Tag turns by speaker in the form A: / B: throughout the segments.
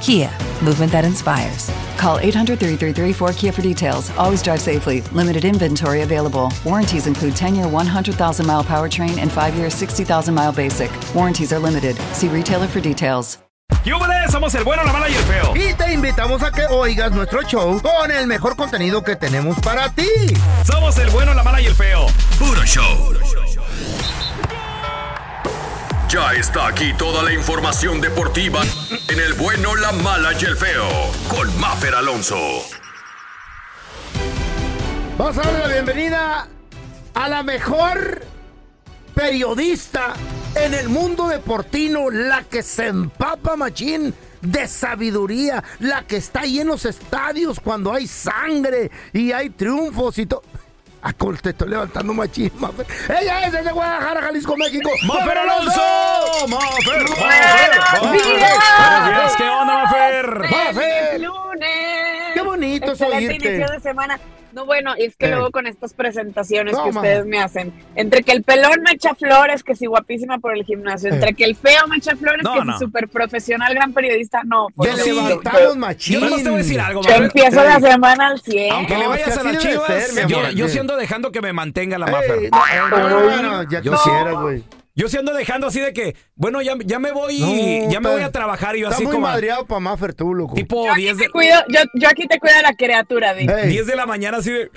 A: Kia, movement that inspires.
B: Call 800 333 4KIA for details. Always drive safely. Limited inventory available. Warranties include 10 year 100,000 mile powertrain and 5 year 60,000 mile basic. Warranties are limited. See retailer for details.
C: ¡Yúbales! Somos el bueno, la mala y el feo.
D: Y te invitamos a que oigas nuestro show con el mejor contenido que tenemos para ti.
C: Somos el bueno, la mala y el feo.
E: Puro show. Ya está aquí toda la información deportiva en el bueno, la mala y el feo con Maffer Alonso.
D: Vamos a darle la bienvenida a la mejor periodista en el mundo deportino, la que se empapa machín de sabiduría, la que está ahí en los estadios cuando hay sangre y hay triunfos y todo. Ah, col- te estoy levantando machín, Mafer. Ella es desde Guadalajara, Jalisco, México.
C: ¡Mafer Alonso! ¡Mafer! ¡Mafer!
F: ¡Buenos días!
C: Buenos días, ¿Qué onda, Mafer?
D: ¡Mafer!
F: lunes.
D: Qué bonito es
F: Excelente
D: oírte.
F: inicio de semana. No, bueno, es que
D: Eh.
F: luego con estas presentaciones
D: No,
F: que
D: ma.
F: ustedes me hacen, entre que el pelón me echa flores, que si guapísima por el gimnasio,
D: Eh.
F: entre que el feo me echa flores,
C: No,
F: que
C: no.
F: si súper profesional, gran periodista, no. pues,
C: Yo sí,
F: no,
C: yo-
D: Debilitamos
F: yo-
D: machín.
C: Yo no te voy a decir algo,
F: yo
C: Mafer.
F: empiezo
D: Sí.
F: la semana al 100.
C: Aunque le
D: No, es
C: vayas
D: que
C: a las
D: así debe
C: chivas,
D: ser, mi amor.
C: yo, yo
D: Sí.
C: sí ando dejando que me mantenga la
D: Ey,
C: Mafer.
D: no, no, no, ya
C: Yo
D: quisiera, güey.
C: Yo sí ando dejando así de que, bueno, ya, ya me voy,
D: No,
C: ya me
D: está-
C: voy a trabajar y yo
D: Está
C: así
D: muy
C: como a-
D: madreado para Mafer tú, loco.
C: tipo
F: Yo aquí,
C: 10 de,
F: te cuido, yo, yo aquí te cuido de la criatura, Vic.
D: Ey,
C: 10 de la mañana así de,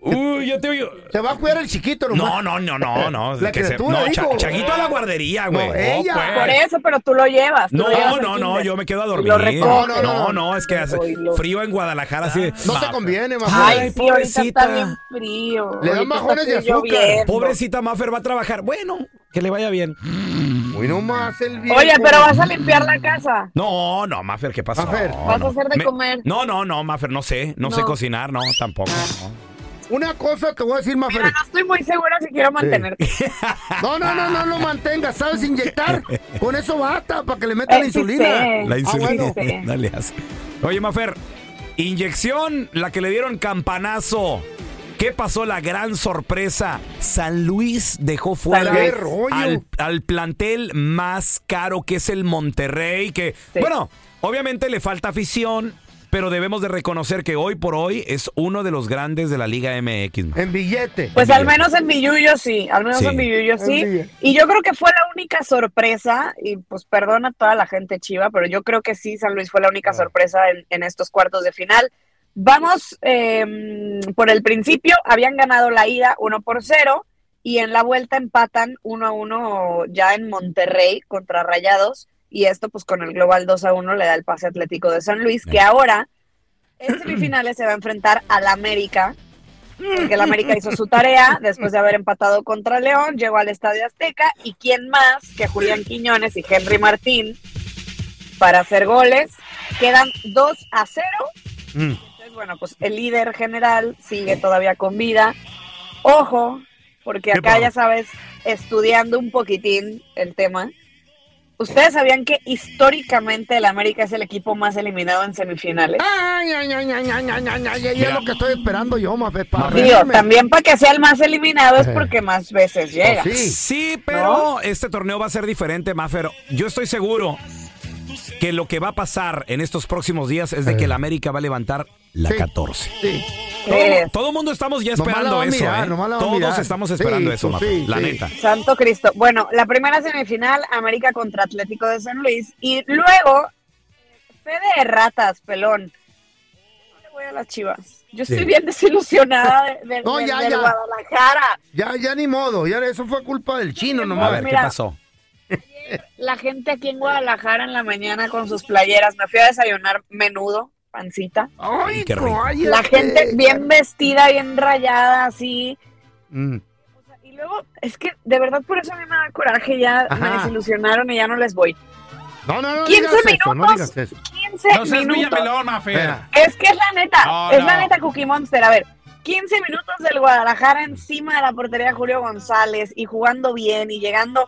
C: uy, ya te oigo.
D: Te va a cuidar el chiquito,
C: No,
D: nomás. Eh,
C: no, no, no, no.
D: La
C: que se-
D: criatura,
C: no, Cha-
D: digo.
C: Chaguito a la guardería, güey.
D: No,
C: Oh,
D: ella.
C: pues.
F: Por eso, pero tú lo llevas. tú lo llevas
C: No,
F: al
C: no, no,
F: kinder.
C: yo me quedo a
F: Y
C: dormir.
F: lo
C: No,
F: recoges.
D: No, no,
C: no, no, es que hace
F: Oílo.
C: frío en Guadalajara así. de-
D: No te
C: Mafer.
D: conviene, Mafer.
C: Ay,
F: Ay, sí, ahorita
C: pobrecita.
F: está bien frío.
D: Le dan
F: Ahorita
D: bajones
F: está
D: de azúcar.
F: lloviendo.
C: Pobrecita Maffer va a trabajar. Bueno, que le vaya bien.
D: Uy, no más el viejo.
F: Oye, pero vas a limpiar la casa.
C: No, no, Maffer, ¿qué pasó?
D: Mafer.
C: No,
F: Vas a
C: no.
F: hacer de
C: Me-
F: comer.
C: No, no, no, Maffer, no sé. No, sé
F: No.
C: cocinar, no, tampoco. no.
D: Una cosa te voy a decir, Mafer.
F: Pero no estoy muy segura si quiero mantenerte.
D: No, no, no,
C: Ah.
D: no lo mantengas. ¿Sabes inyectar? Con eso basta para que le metan
F: Eh,
D: la
F: sí
D: insulina.
F: sé.
C: La
F: Ah,
C: insulina.
F: bueno. Sí.
C: Dale, haz. Oye, Mafer, inyección, la que le dieron campanazo. ¿Qué pasó? La gran sorpresa. San Luis dejó fuera
F: Luis.
D: ¡Qué rollo!
C: al, al plantel más caro que es el Monterrey. Que,
F: Sí.
C: bueno, obviamente le falta afición, pero debemos de reconocer que hoy por hoy es uno de los grandes de la Liga MX. ma.
D: En billete.
F: Pues al menos en mi yuyo sí, al menos
C: Sí.
F: en mi yuyo sí.
D: Sí.
F: Y yo creo que fue la única sorpresa, y pues perdona a toda la gente chiva, pero yo creo que sí, San Luis fue la única sorpresa en, en estos cuartos de final. Vamos eh, por el principio, habían ganado la ida 1 por 0 y en la vuelta empatan 1 a 1 ya en Monterrey contra Rayados y esto pues con el global 2 a 1 le da el pase Atlético de San Luis que ahora en semifinales se va a enfrentar al América porque el América hizo su tarea después de haber empatado contra León, llegó al Estadio Azteca y quién más que Julián Quiñones y Henry Martín para hacer goles. Quedan 2 a 0.
D: Mm.
F: Entonces, bueno, pues el líder general sigue todavía con vida. Ojo, porque
D: ¿Qué
F: acá
D: pasó?
F: ya sabes, estudiando un poquitín el tema. Ustedes sabían que históricamente el América es el equipo más eliminado en semifinales.
D: Ay, ay, ay, ay, ay, ay, ay, ay, ay, es
C: Mira.
D: lo que estoy esperando yo, Mafer. Para
F: Digo,
D: reírme.
F: también para que sea el más eliminado es
D: Eh.
F: porque más veces llega.
D: Pues sí.
C: Sí, pero este torneo va a ser diferente, Mafer. Yo estoy seguro que lo que va a pasar en estos próximos días es de
D: Eh.
C: que el América va a levantar la
D: Sí.
C: 14.
D: Sí.
F: ¿Crees?
C: Todo el mundo estamos ya
D: Nomás la
C: esperando
D: va a
C: eso,
D: mirar,
C: ¿eh?
D: nomás la va a
C: Todos
D: mirar.
C: estamos
D: Sí,
C: esperando eso,
D: pues
C: Mafer,
D: sí,
C: la
D: sí.
C: neta.
F: Santo Cristo. Bueno, la primera semifinal, América contra Atlético de San Luis. Y luego, Fede de ratas, pelón. Yo le voy a las chivas. Yo estoy
C: Sí.
F: bien desilusionada de, de-
D: No,
F: de-
D: ya,
F: del
D: ya.
F: Guadalajara.
D: Ya, ya ni modo. Ya eso fue culpa del chino
C: A
D: nomás.
C: ver,
F: Mira.
C: ¿qué pasó?
F: La gente aquí en Guadalajara en la mañana con sus playeras. Me fui a desayunar menudo, pancita.
D: Ay,
C: Qué rico.
D: cállate.
F: La gente bien vestida, bien rayada, así.
D: Mm.
F: O sea, Y luego, es que de verdad por eso a mí me da coraje, ya
D: Ajá.
F: me desilusionaron y ya no les voy.
D: No, no, no.
F: 15
D: digas eso,
F: minutos.
D: no digas eso.
F: 15
G: No seas
F: minutos.
G: Villamelón, Mafer.
D: Espera.
F: Es que es la neta,
G: No,
F: es
G: no.
F: la neta Cookie Monster. A ver, 15 minutos del Guadalajara encima de la portería de Julio González y jugando bien y llegando.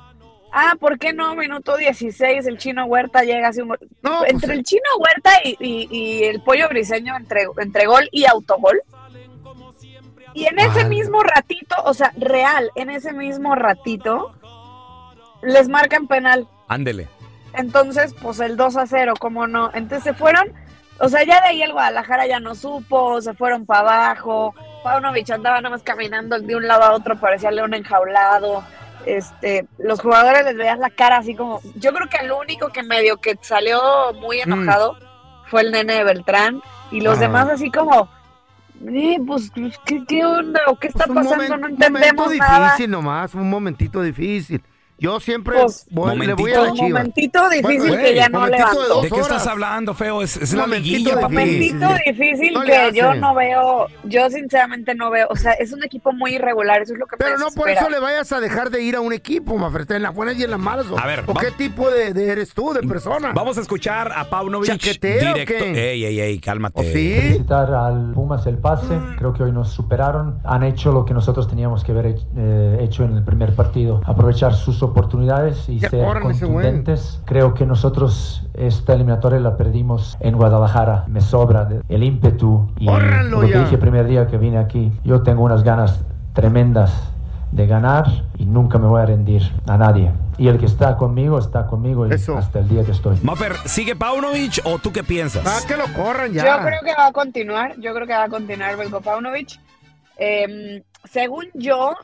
F: Ah, ¿por qué no? Minuto 16, el chino Huerta llega así. un gol.
D: No, pues,
F: entre el chino Huerta y, y- y el pollo briseño, entre, entre gol y autogol. Y en ese
D: Madre.
F: mismo ratito, o sea, real, en ese mismo ratito, les marcan penal.
C: Ándele.
F: Entonces, pues el 2 a 0, ¿cómo no? Entonces se fueron, o sea, ya de ahí el Guadalajara ya no supo, se fueron para abajo. Paunovic andaba nomás caminando de un lado a otro, parecía león enjaulado. Este, los jugadores les veías la cara así como. Yo creo que el único que medio que salió muy enojado fue el nene de Beltrán y los
D: Mm. Ah.
F: demás así como. Eh, pues, ¿qué, qué onda? ¿O qué está
D: pues, un
F: pasando?
D: momen-
F: no
D: momento
F: entendemos nada.
D: difícil nomás, un momentito difícil. Yo siempre
F: Pues,
D: voy- le voy a la
F: Un
D: chiva.
F: momentito difícil
D: Bueno,
F: que ya
D: güey,
F: no
D: momentito de
F: levantó.
D: Dos
C: ¿De qué
D: horas.
C: estás hablando, feo? Es, es
D: Un
C: la
D: momentito
C: liguilla,
D: de
C: papá.
D: difícil.
F: momentito difícil
D: No le
F: que
D: hace.
F: yo no veo, yo sinceramente no veo, o sea, es un equipo muy irregular, eso es lo que me
D: Pero no por
F: desespera.
D: eso le vayas a dejar de ir a un equipo, Mafer, en las buenas y en las malas. ¿O,
C: A ver,
D: ¿o
C: va-
D: qué tipo de, de eres tú, de persona?
C: Vamos a escuchar a Paunovic
D: ¿Chaquetero o
C: directo.
D: qué?
C: Ey, ey, ey, cálmate.
D: ¿O sí?
C: Eh.
H: felicitar al Pumas el pase. Creo que hoy nos superaron. Han hecho lo que nosotros teníamos que haber hech- eh, hecho en el primer partido. Aprovechar sus oportunidades y
D: Ya
H: ser
D: corran ese güey.
H: contundentes. Creo que nosotros esta eliminatoria la perdimos en Guadalajara. Me sobra de- el ímpetu. Y
D: Córranlo
H: lo que
D: ya.
H: dije el primer día que vine aquí, yo tengo unas ganas tremendas de ganar y nunca me voy a rendir a nadie. Y el que está conmigo, está conmigo y
D: Eso.
H: hasta el día que estoy.
C: Mafer, ¿sigue Paunovic o tú qué piensas?
D: Ah, que lo corran ya.
F: Yo creo que va a continuar, yo creo que va a continuar Belko Paunovic. Em, según yo,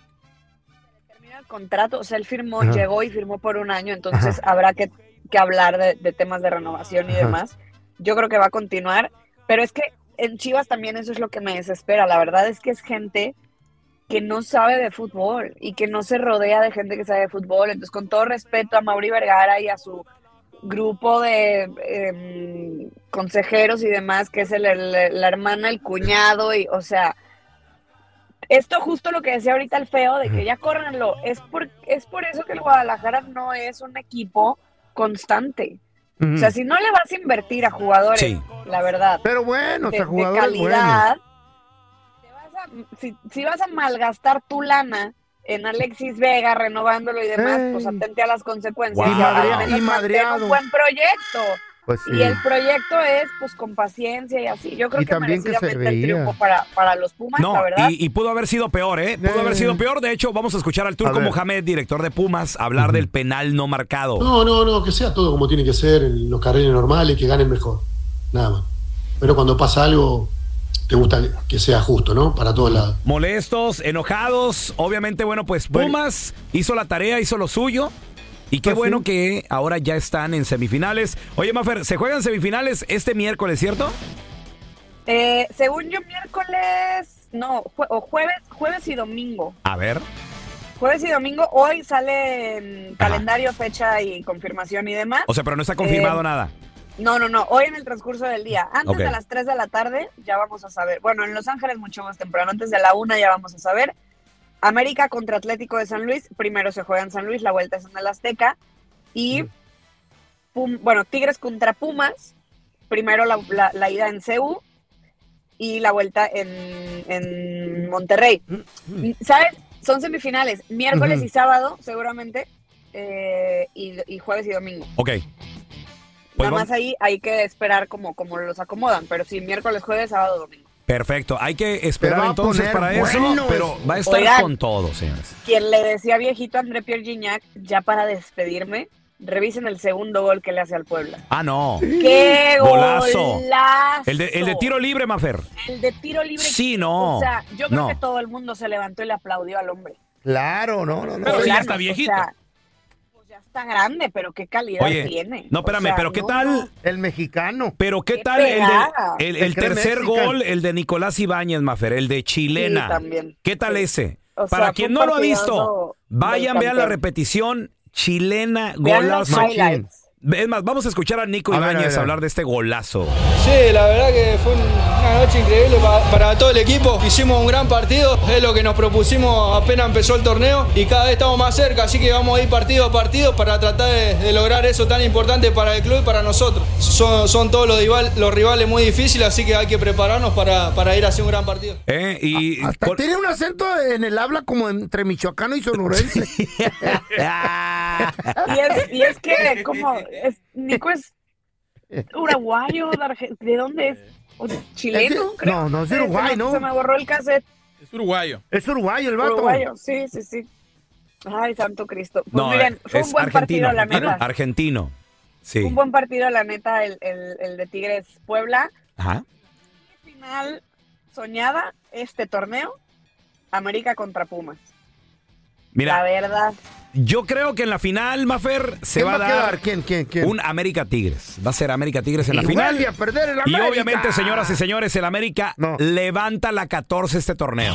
F: termina el contrato, o sea, él firmó,
D: Ajá.
F: llegó y firmó por un año, entonces habrá que, que hablar de, de temas de renovación y
D: Ajá.
F: demás. Yo creo que va a continuar, pero es que en Chivas también eso es lo que me desespera. La verdad es que es gente que no sabe de fútbol y que no se rodea de gente que sabe de fútbol. Entonces, con todo respeto a Mauri Vergara y a su grupo de em, consejeros y demás, que es el, el- la hermana, el cuñado, y o sea, esto justo lo que decía ahorita el feo, de que ya córranlo, es por, es por eso que el Guadalajara no es un equipo constante.
D: Ujú.
F: O sea, si no le vas a invertir a jugadores,
C: Sí.
F: la verdad,
D: Pero bueno, o
F: de,
D: sea,
F: de
D: jugadores buenos.
F: calidad, te vas a- si, si vas a malgastar tu lana en Alexis Vega renovándolo y demás,
D: Ey.
F: pues atente a las consecuencias.
C: Guau.
F: Y al
C: Y madrea-
F: menos
D: y
F: mantén
D: madreado.
F: un buen proyecto.
D: Pues sí.
F: Y el proyecto es, pues, con paciencia y así. Yo creo
D: Y
F: que
D: también que se
F: merecidamente el
D: veía.
F: triunfo para, para los Pumas,
C: No,
F: la verdad.
C: y, y pudo haber sido peor, ¿eh? Pudo
D: Eh.
C: haber sido peor. De hecho, vamos a escuchar al Turco
D: ver.
C: Mohamed, director de Pumas, hablar del penal no marcado.
D: Oh.
I: No, no, no, que sea todo como tiene que ser, en los carriles normales, que ganen mejor, nada más. Pero cuando pasa algo, te gusta que sea justo, ¿no? Para todos lados.
C: Molestos, enojados. Obviamente, bueno, pues Pumas hizo la tarea, hizo lo suyo. Y qué
D: Pues
C: bueno
D: sí.
C: que ahora ya están en semifinales. Oye, Mafer, se juegan semifinales este miércoles, ¿cierto?
F: Eh, según yo, miércoles, no, jue- o jueves, jueves y domingo.
C: A ver.
F: Jueves y domingo, hoy sale en
C: Ajá.
F: calendario, fecha y confirmación y demás.
C: O sea, pero no está confirmado
F: Eh,
C: nada.
F: No, no, no, hoy en el transcurso del día. Antes
C: Ok.
F: de las 3 de la tarde ya vamos a saber. Bueno, en Los Ángeles mucho más temprano, antes de la 1 ya vamos a saber. América contra Atlético de San Luis, primero se juega en San Luis, la vuelta es en el Azteca. Y, Pum- bueno, Tigres contra Pumas, primero la, la- la ida en CEU y la vuelta en, en Monterrey. ¿Sabes? Son semifinales, miércoles
D: Ujú.
F: y sábado seguramente, eh, y- y jueves y domingo.
C: Ok. Pues
F: Nada
C: vamos-
F: más ahí hay que esperar como, como los acomodan, pero sí, miércoles, jueves, sábado, domingo.
C: Perfecto. Hay que
D: va
C: esperar
D: a
C: entonces
D: poner
C: para eso.
D: bueno
C: Pero
D: esto.
C: va a estar
F: Oigan.
C: con todo, señores.
F: Quien le decía viejito a André Pierre Gignac, ya para despedirme, revisen el segundo gol que le hace al Puebla.
C: Ah, no.
F: ¡Qué
C: Golazo.
F: golazo!
C: El de, el de tiro libre, Mafer.
F: El de tiro libre.
C: Sí, no.
F: O sea, yo creo
C: No.
F: que todo el mundo se levantó y le aplaudió al hombre.
D: Claro, no, no, no.
G: Pero sí, ya
F: Fulano,
G: está
F: o
G: viejito.
F: sea, pues ya está grande, pero qué calidad
C: Oye,
F: tiene.
C: no,
F: O
C: espérame,
F: sea,
C: pero ¿qué
F: no, no.
C: tal?
D: El mexicano.
C: Pero ¿qué
F: Qué
C: tal el,
F: pegada.
C: de- el-
D: Se
C: el
D: cree
C: tercer
D: mexican.
C: gol, el de Nicolás Ibáñez, Mafer, el de Chilena?
F: Sí, también.
C: ¿Qué tal
F: Sí.
C: ese?
F: O sea,
C: Para
F: fue
C: quien
F: un
C: no lo ha
F: partidazo
C: visto, vayan,
F: del
C: vean la
F: campeón.
C: repetición. Chilena,
F: Vean los
C: golazo.
F: highlights.
C: Es más, vamos a escuchar a Nico
D: A ver, a
C: Ibáñez
D: ver, a ver.
C: hablar de este golazo.
H: Sí, la verdad que fue un- una noche increíble pa- para,
G: todo el equipo. Hicimos un gran partido, es lo que nos propusimos apenas empezó el torneo y cada vez estamos más cerca, así que vamos a ir partido a partido para tratar de, de lograr eso tan importante para el club y para nosotros. Son, son todos los, rival- los rivales muy difíciles, así que hay que prepararnos para, para ir hacia un gran partido.
C: Eh, y
D: Ah, Hasta
C: con-
D: tiene un acento en el habla como entre michoacano y sonorense.
F: Y es, y es que, como, es, Nico es uruguayo, de, Arge- ¿de dónde es? ¿O
D: Es
F: ¿Chileno?
D: de-
F: creo.
D: no, no, es de
F: Se- se
D: Uruguay,
F: me-
D: ¿no?
F: Se me borró el cassette.
J: Es uruguayo.
D: es uruguayo el vato.
F: Uruguayo, sí, sí, sí. Ay, santo Cristo. Pues
C: No,
F: miren, fue un
C: es
F: buen
C: argentino.
F: partido, la
C: argentino,
F: neta.
C: argentino. Sí.
F: Un buen partido, la neta, el, el, el de Tigres Puebla.
C: Ajá.
F: Final soñada, este torneo, América contra Pumas. La
C: Mira,
F: verdad.
C: yo creo que en la final, Mafer, se
D: ¿Quién
C: va a dar
D: quedar? ¿Quién, quién, quién?
C: un América Tigres. Va a ser América Tigres en la
D: Y
C: final.
D: vuelve a perder el
C: Y
D: América.
C: obviamente, señoras y señores, el América
D: No.
C: levanta la 14 este torneo.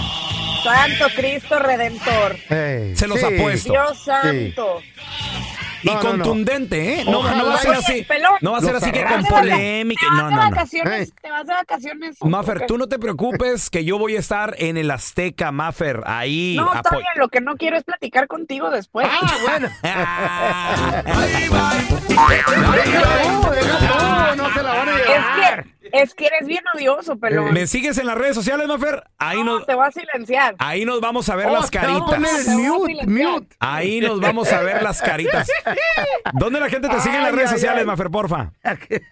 F: Santo Cristo Redentor.
D: Ey,
C: Se los
D: sí.
C: apuesto.
F: Dios santo.
C: Y
D: No, no, no.
C: contundente, ¿eh? No, no va a ser
F: Ojalá.
C: así.
F: Pelón.
C: No va a ser
D: Los
C: así que
F: Te vas
C: con
F: de vaca-
C: polémica.
F: Te vas
C: No,
F: de
C: no, no.
F: vacaciones.
D: Ey.
F: Te vas de vacaciones.
C: Mafer,
F: Ok.
C: tú no te preocupes que yo voy a estar en el Azteca, Mafer. Ahí.
F: No,
C: apo-
F: está bien, lo que no quiero es platicar contigo después.
D: Ah, bueno.
C: Ah.
D: Deja tú, deja tú, no se la van a llevar.
F: es, que, es que eres bien odioso, pelón.
C: ¿Me sigues en las redes sociales, Mafer? Ahí Ah.
F: No,
C: nos,
F: te voy a silenciar.
C: ahí nos vamos a ver
D: Oh,
C: las
D: te va a poner
C: caritas.
D: el
F: Te voy a
D: mute,
F: silenciar.
D: mute.
C: Ahí nos vamos a ver las caritas. ¿Dónde la gente te sigue en las
D: Ay,
C: redes
D: ay,
C: sociales,
D: ay.
C: Mafer, porfa?
F: Alfredo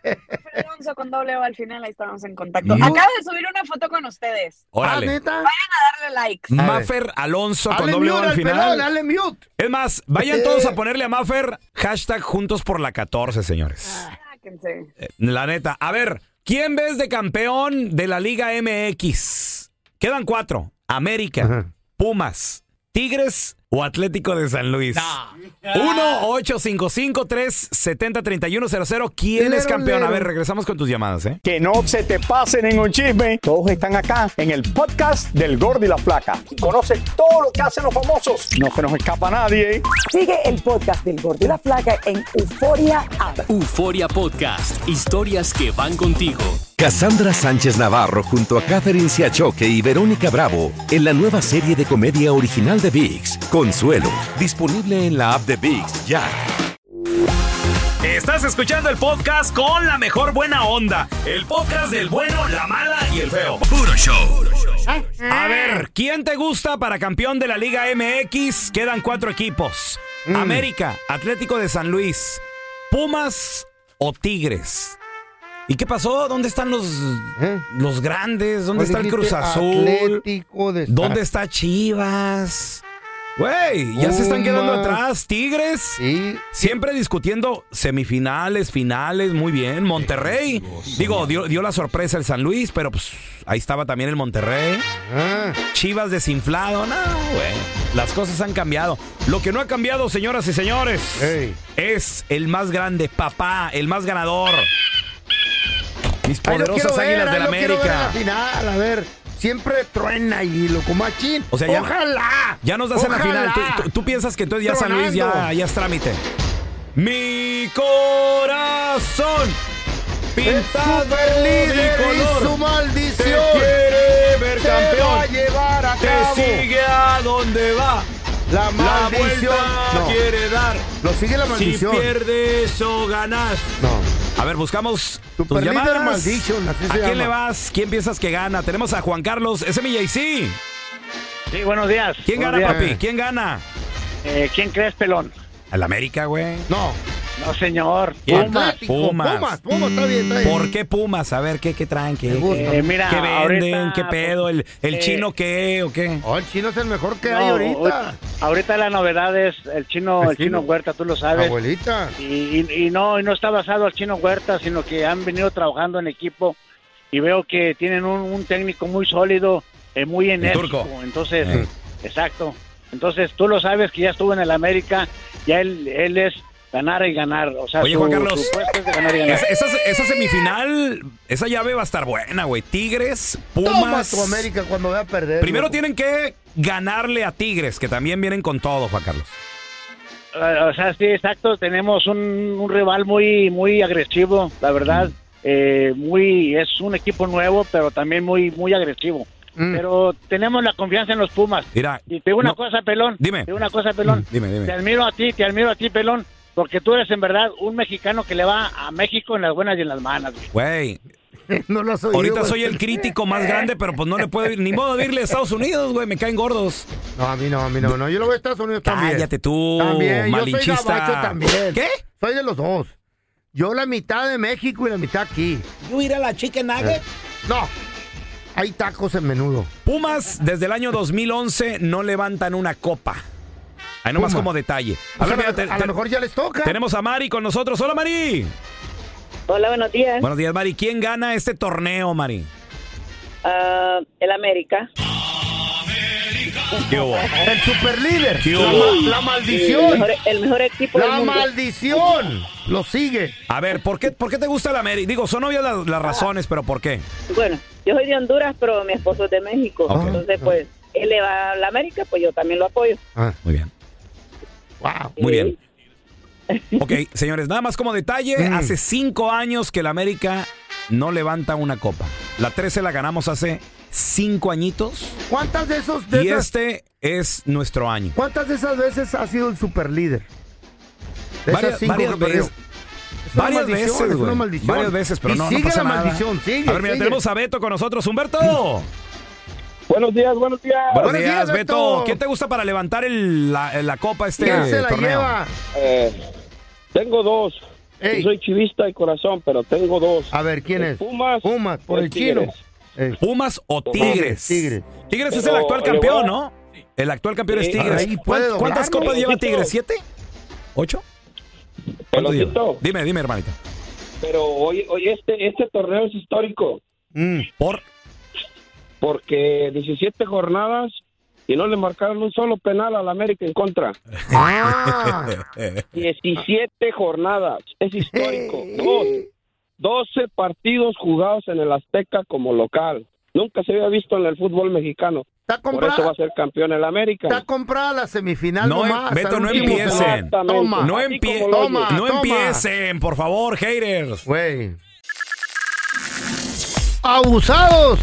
F: Alonso con doble O al final, ahí estábamos en contacto.
C: No.
F: Acabo de subir una foto con ustedes.
D: Ah,
C: Órale.
D: neta.
F: Vayan a darle likes.
C: Mafer Alonso con
D: Dale
C: doble O
D: mute
C: al
D: al pelón,
C: final.
D: dale mute.
C: Es más, vayan todos
D: Eh.
C: a ponerle a Mafer hashtag juntos por la 14, señores.
F: Sáquense.
C: Eh, La neta. A ver, ¿quién ves de campeón de la Liga MX? Quedan cuatro. América,
D: Ajá.
C: Pumas, Tigres o Atlético de San Luis. 1-855-370-3100. ¿Quién
D: Lero,
C: es campeón? A
D: lero.
C: ver, regresamos con tus llamadas, ¿eh?
G: Que no se te pasen en un chisme. Todos están acá en el podcast del Gordi y la Flaca. Conoce todo lo que hacen los famosos. No se nos escapa nadie.
K: Sigue el podcast del Gordo y la Flaca en Euforia App.
J: Euforia Podcast. Historias que van contigo.
L: Cassandra Sánchez Navarro junto a Catherine Siachoque y Verónica Bravo en la nueva serie de comedia original de VIX, Consuelo, disponible en la app de VIX ya.
C: Estás escuchando el podcast con la mejor buena onda. El podcast del bueno, la mala y el feo.
E: Puro show.
C: A ver, ¿quién te gusta para campeón de la Liga MX? Quedan cuatro equipos.
D: Mm.
C: América, Atlético de San Luis, Pumas o Tigres. ¿Y qué pasó? ¿Dónde están los,
D: ¿Eh?
C: los grandes? ¿Dónde está el Cruz
D: Dijiste
C: Azul?
D: Atlético de
C: ¿Dónde está Chivas? Güey, ya se están quedando
D: Pumas.
C: atrás. Tigres.
D: Sí.
C: Siempre discutiendo semifinales, finales, muy bien. Monterrey, digo, dio, dio la sorpresa el San Luis, pero pues ahí estaba también el Monterrey.
D: Ah.
C: Chivas desinflado, no, güey. Las cosas han cambiado. Lo que no ha cambiado, señoras y señores,
D: Ey.
C: es el más grande, papá, el más ganador. Mis
D: Ahí lo
C: poderosas
D: quiero
C: águilas
D: ver, ahí
C: del
D: lo quiero ver
C: América.
D: a la final, a ver, siempre truena y lo comachín.
C: O sea, ya-
D: ojalá.
C: Ya nos das en la final.
D: ojalá.
C: ¿Tú, tú- tú piensas que entonces ya San Luis ya,
D: Tronando.
C: ya es trámite. Mi corazón
D: El
C: pintado
D: superlíder
C: de
D: y su
C: color te
D: maldición
C: quiere ver
D: se va a
C: campeón.
D: llevar a
C: Te
D: cabo.
C: sigue a donde va.
D: La
C: La
D: maldición.
C: vuelta
D: no,
C: quiere dar.
D: lo sigue la
C: Si
D: maldición.
C: pierdes o ganas.
D: no.
C: A ver, buscamos tus
D: Superlíder
C: llamadas.
D: maldición, así
C: ¿A
D: se
C: quién
D: llama.
C: le vas? ¿Quién piensas que gana? Tenemos a Juan Carlos, ese mi JC.
G: Sí, buenos días.
C: ¿Quién
G: Buenos
C: gana,
G: días.
C: papi? ¿Quién gana?
G: Eh, ¿Quién crees, pelón?
C: Al América, güey.
D: No.
G: No, señor.
C: ¿Quién?
G: Pumas.
D: Atlético,
C: Pumas.
D: Pumas, Pumas, está bien, está bien.
C: ¿Por qué Pumas? A ver, ¿qué, qué traen? ¿Qué,
D: Me gusta.
C: qué-
G: Eh, mira,
C: qué venden?
G: ahorita,
C: ¿Qué pedo? ¿El, el
G: eh,
C: chino qué o qué?
D: Oh, el chino es el mejor que
G: No,
D: hay ahorita.
G: ahorita- Ahorita la novedad es el chino,
D: El
G: el chino
D: chino.
G: Huerta, tú lo sabes.
D: Abuelita.
G: Y, y- y no, y no está basado al chino Huerta, sino que han venido trabajando en equipo y veo que tienen un, un técnico muy sólido, eh, muy enérgico.
C: turco.
G: Entonces,
C: Eh.
G: exacto. Entonces, tú lo sabes que ya estuvo en el América, ya él, él es ganar y ganar. O sea,
C: Oye,
G: su-
C: Juan Carlos.
G: su puesto es de ganar y ganar.
C: Es- esa, esa semifinal, esa llave va a estar buena, güey. Tigres,
D: Toma
C: Pumas.
D: tu América cuando vaya a perder.
C: Primero
D: loco.
C: tienen que ganarle a Tigres, que también vienen con todo, Juan Carlos.
G: Eh, O sea, sí, exacto. Tenemos un, un rival muy, muy agresivo, la verdad. Eh, muy, es un equipo nuevo, pero también muy, muy agresivo.
D: Mm.
M: pero tenemos la confianza en los Pumas.
C: Mira,
M: Y te digo una
C: no.
M: cosa, Pelón.
C: Dime.
M: Te digo una cosa, Pelón.
C: Mm, dime, dime.
M: Te admiro a ti, te admiro a ti, Pelón, porque tú eres en verdad un mexicano que le va a México en las buenas y en las malas. güey.
C: Güey.
D: No lo soy.
C: Ahorita
D: güey.
C: soy el crítico más grande, pero pues no le puedo ir. Ni modo de irle a Estados Unidos, güey. Me caen gordos.
D: No, a mí no, a mí no. no. Yo lo voy a Estados Unidos también.
C: Cállate tú,
D: También, yo soy
C: malinchista.
D: gabacho también.
C: ¿Qué?
D: Soy de los dos. Yo la mitad de México y la mitad aquí. Eh,
C: ¿Yo ir a la chicken nugget?
D: No. Hay tacos en menudo.
C: Pumas, desde el año 2011, no levantan una copa. Ahí nomás
D: Pumas.
C: como detalle.
D: Pues a
C: ver,
D: lo-
C: mira, te-
D: a
C: te-
D: lo mejor ya les toca.
C: Tenemos a Mari con nosotros. Hola, Mari.
N: Hola, buenos días.
C: Buenos días, Mari. ¿Quién gana este torneo, Mari?
N: Ah, el América.
C: ¿Qué hubo?
D: El superlíder.
C: ¿Qué
D: La,
C: hubo?
D: ma- la maldición.
N: El mejor, el mejor equipo
D: la
N: del mundo.
D: maldición. Lo sigue.
C: A ver, ¿por qué, por qué te gusta la América? Digo, son obvias las, las razones, pero ¿por qué?
N: Bueno, yo soy de Honduras, pero mi esposo es de México.
C: Ok.
N: Entonces, pues, él le va a la América, pues yo también lo apoyo.
D: Ah,
C: Muy bien. Muy bien. Ok, señores, nada más como detalle,
D: Mm.
C: hace cinco años que la América no levanta una copa. La 13 la ganamos hace cinco añitos
D: ¿Cuántas de esos de
C: y
D: esas-
C: este es nuestro año.
D: cuántas de esas veces ha sido el superlíder? De esas
C: Varias,
D: cinco
C: varias
D: que perdió.
C: veces.
D: Es una
C: Varias
D: maldición,
C: veces,
D: es una
C: güey.
D: maldición.
C: Varias veces, pero
D: Y
C: no, no
D: sigue
C: pasa
D: la
C: nada.
D: maldición, sigue,
C: a ver, mira,
D: sigue.
C: tenemos a Beto con nosotros. ¡Humberto!
O: Buenos días, buenos días.
C: Buenos días, Beto. ¿Qué te gusta para levantar el- la, la copa este
O: ¿Quién se la
C: torneo?
O: lleva? Eh, tengo dos. Yo soy chivista de corazón, pero tengo dos.
M: Ah.
D: A ver, ¿quién es?
O: Pumas.
D: Pumas, por
O: y
D: el chino.
O: Tigres.
C: ¿Pumas o Tigres?
D: Tigres.
C: Tigres es el
O: Pero
C: actual
O: le voy
C: campeón,
O: a-
C: ¿no? El actual campeón es
O: Sí.
C: Tigres.
O: Ahí
C: ¿Cuán-
O: puede
C: ¿Cuántas
O: doblarlo.
C: copas lleva
O: Pelotito.
C: Tigres? ¿Siete? ¿Ocho? ¿Cuánto lleva?
O: Pelotito.
C: Dime, dime, hermanita.
O: Pero hoy, hoy este, este torneo es histórico.
C: ¿Por?
O: Porque 17 jornadas y no le marcaron un solo penal al América en contra. 17 jornadas. Es histórico. Dos. 12 partidos jugados en el Azteca como local. Nunca se había visto en el fútbol mexicano. Por
D: comprado-
O: eso va a ser campeón el América.
D: Está comprada la semifinal
C: No,
D: nomás.
C: em- Beto,
D: al
C: no
D: último
C: empiecen.
D: segundo. Toma.
C: No,
D: Así
C: empie-
D: como lo
O: Ah,
D: oyes.
C: no
D: Toma.
C: empiecen, por favor, haters.
D: Güey. abusados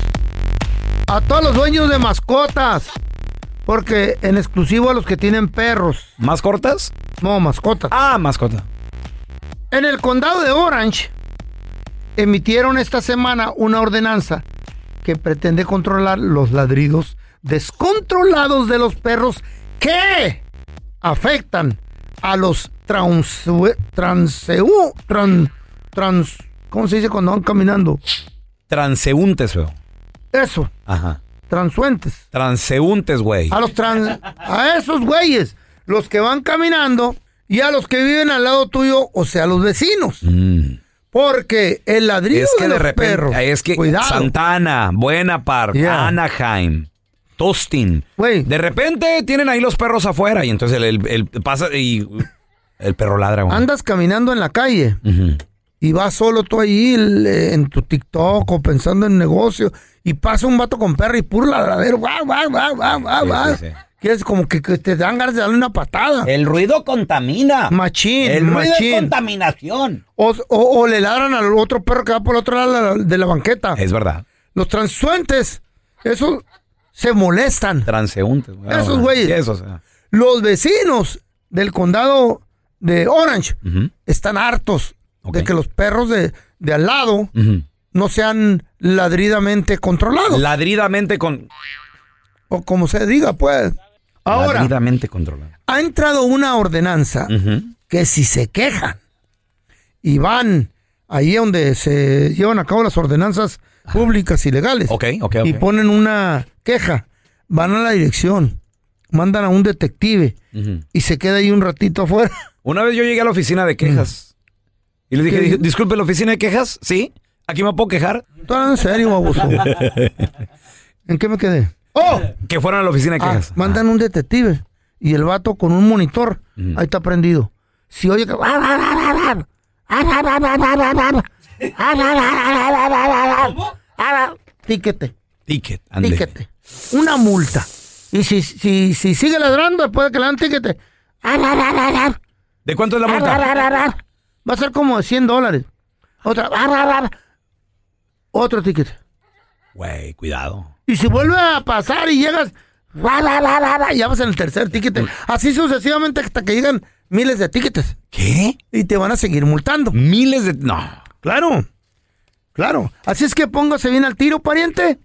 D: a todos los dueños de mascotas. Porque en exclusivo a los que tienen perros.
C: ¿Mascotas?
D: No, mascotas.
C: Ah, mascota.
D: En el condado de Orange emitieron esta semana una ordenanza que pretende controlar los ladridos descontrolados de los perros que afectan a los transue- transeú, tran- trans, ¿cómo se dice cuando van caminando?
C: Transeúntes, güey.
D: Eso,
C: Ajá.
D: transuentes.
C: Transeúntes, güey.
O: Ah.
D: A los trans, a esos güeyes, los que van caminando y a los que viven al lado tuyo, o sea, los vecinos.
C: Mm.
D: Porque el ladrillo
C: Es que
D: de,
C: de
D: los
C: repente,
D: perros,
C: es que
D: cuidado,
C: Santana, Buena Park,
D: Yeah.
C: Anaheim, Tostin. De repente tienen ahí los perros afuera y entonces el, el- el pasa y el perro ladra, güey.
D: andas caminando en la calle y vas solo tú ahí el- eh, en tu TikTok o pensando en negocio y pasa un vato con perro y puro ladradero, guau, guau, guau, guau, guau,
C: Sí,
D: guau.
C: sí, sí.
D: Quieres como que, que te dan ganas de darle una patada.
C: El ruido contamina.
D: Machín,
C: El ruido es
D: machín.
C: contaminación.
D: O, o- o le ladran al otro perro que va por el otro lado de la- de la banqueta.
C: Es verdad.
D: Los transuentes, esos se molestan.
C: Transeúntes, güey.
D: Esos güeyes.
C: Sí, esos, ah.
D: Los vecinos del condado de Orange están hartos de que los perros de, de al lado no sean ladridamente controlados.
C: Ladridamente con.
D: o como se diga, pues. Ahora,
C: Ladridamente controlado.
D: ha entrado una ordenanza
C: Mm.
D: que si se quejan y van ahí donde se llevan a cabo las ordenanzas públicas y legales
C: Ah. ok, ok.
D: y ponen una queja, van a la dirección, mandan a un detective
C: Ujú.
D: y se queda ahí un ratito afuera.
C: Una vez yo llegué a la oficina de quejas y les dije,
D: ¿Qué?
C: "Dis- disculpe, ¿la oficina de quejas? Sí, aquí me puedo quejar.
D: ¿Tú en serio, abuso? ¿En qué me quedé? ¡Oh!
C: que fueron a la oficina de
D: Ah,
C: quejas.
D: mandan un detective y el vato con un monitor, ahí está prendido. Si oye que... Tíquete,
C: Ticket, ande.
D: tíquete. Una multa. Y si, si, si sigue ladrando después de que le dan tíquete...
C: ¿De cuánto es la multa?
D: Va a ser como de 100 dólares. Otra... Otro ticket.
C: Güey, cuidado.
D: Y si vuelve a pasar y llegas, ra, ra, ra, ra, ra, y ya vas en el tercer ticket. Así sucesivamente hasta que llegan miles de tickets. ¿Qué? Y te van a seguir
C: Mm.
D: multando. Miles de... No. Claro. Claro. Así es que póngase bien al tiro, pariente.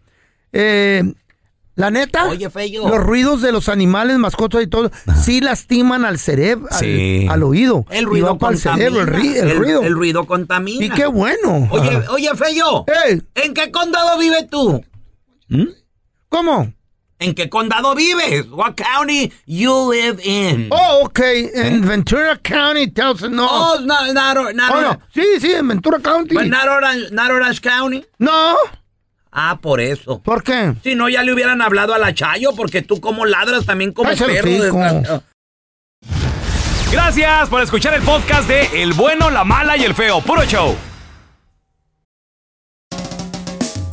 D: Eh, la neta,
C: Oye, feyo.
D: los ruidos de los animales, mascotas y todo, sí lastiman al cerebro, al-
P: Sí.
D: al, oído.
C: El
D: Y
C: ruido
D: va pa'l
C: contamina.
D: cerebro, el, ri- el ruido.
C: el ruido contamina.
D: Y qué bueno.
C: Oye,
D: Ajá.
C: oye, Feyo. ¿En qué condado vives tú?
D: ¿Cómo?
C: ¿En qué condado vives? What county you live in?
D: Oh, ok. En Ventura County, Towson, no.
C: Oh, no, not or- not
D: Oh,
C: or-
D: no. Sí, sí, en Ventura County.
C: But Pues, not Orange, not Orange County.
D: No.
C: Ah, por eso.
D: ¿Por qué?
C: Si no, ya le hubieran hablado a la Chayo, porque tú como ladras también como
P: Cállese el
C: perro.
P: hocico.
C: desgraciado.
P: Gracias por escuchar el podcast de El bueno, la mala y el feo. Puro show.